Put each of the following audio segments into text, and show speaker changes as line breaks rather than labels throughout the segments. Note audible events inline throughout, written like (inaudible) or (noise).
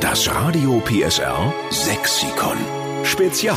Das Radio PSR Sexikon. Spezial.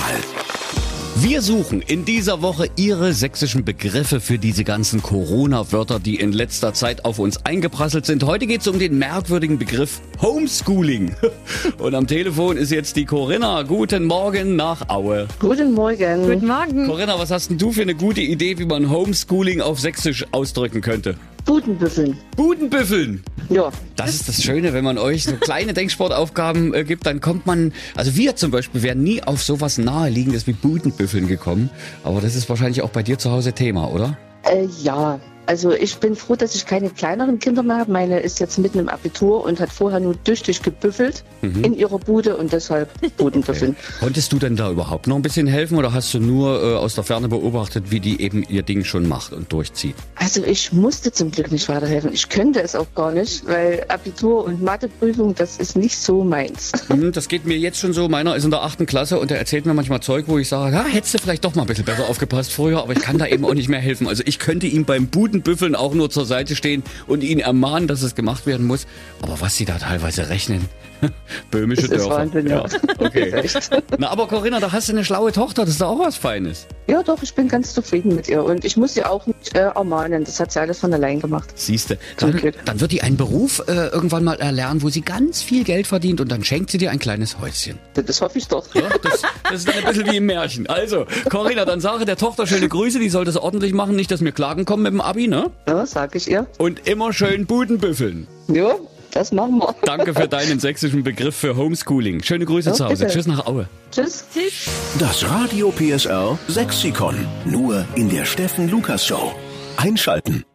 Wir suchen in dieser Woche Ihre sächsischen Begriffe für diese ganzen Corona-Wörter, die in letzter Zeit auf uns eingeprasselt sind. Heute geht es um den merkwürdigen Begriff Homeschooling. (laughs) Und am Telefon ist jetzt die Corinna. Guten Morgen nach Aue.
Guten Morgen.
Guten Morgen.
Corinna, was hast denn du für eine gute Idee, wie man Homeschooling auf sächsisch ausdrücken könnte?
Budenbüffeln.
Budenbüffeln!
Ja.
Das ist das Schöne, wenn man euch so kleine Denksportaufgaben äh, gibt, dann kommt man, also wir zum Beispiel wären nie auf sowas naheliegendes wie Budenbüffeln gekommen, aber das ist wahrscheinlich auch bei dir zu Hause Thema, oder?
Äh, ja. Also ich bin froh, dass ich keine kleineren Kinder mehr habe. Meine ist jetzt mitten im Abitur und hat vorher nur tüchtig gebüffelt in ihrer Bude und deshalb Budenbüffeln.
Konntest du denn da überhaupt noch ein bisschen helfen oder hast du nur äh, aus der Ferne beobachtet, wie die eben ihr Ding schon macht und durchzieht?
Also ich musste zum Glück nicht weiterhelfen. Ich könnte es auch gar nicht, weil Abitur und Matheprüfung, das ist nicht so meins. (laughs)
Hm, Das geht mir jetzt schon so. Meiner ist in der achten Klasse und der erzählt mir manchmal Zeug, wo ich sage, ja, hättest du vielleicht doch mal ein bisschen besser aufgepasst früher, aber ich kann da eben auch nicht mehr helfen. Also ich könnte ihm beim Budenbüffeln auch nur zur Seite stehen und ihn ermahnen, dass es gemacht werden muss. Aber was sie da teilweise rechnen, (laughs) böhmische
Das ist
Dörfer.
Wahnsinn, ja.
okay.
(laughs) Echt.
Na, aber Corinna, da hast du eine schlaue Tochter, das ist doch auch was Feines.
Ja doch, ich bin ganz zufrieden mit ihr und ich muss sie auch nicht äh, ermahnen. Das hat sie alles von allein gemacht.
Siehste. Dann,
Okay.
dann wird die einen Beruf äh, irgendwann mal erlernen, wo sie ganz viel Geld verdient und dann schenkt sie dir ein kleines Häuschen.
Das hoffe ich doch. (laughs)
Ja, das, das ist dann ein bisschen wie im Märchen. Also, Corinna, dann sage der Tochter schöne Grüße, die soll das ordentlich machen, nicht, dass mir Klagen kommen mit dem Abi, ne?
Ja, sag ich ihr.
Und immer schön Budenbüffeln.
Ja, das machen wir.
Danke für deinen sächsischen Begriff für Homeschooling. Schöne Grüße
Ja,
zu Hause.
bitte.
Tschüss nach Aue.
Tschüss.
Das Radio PSR Sexikon. Nur in der Steffen Lukas Show. Einschalten.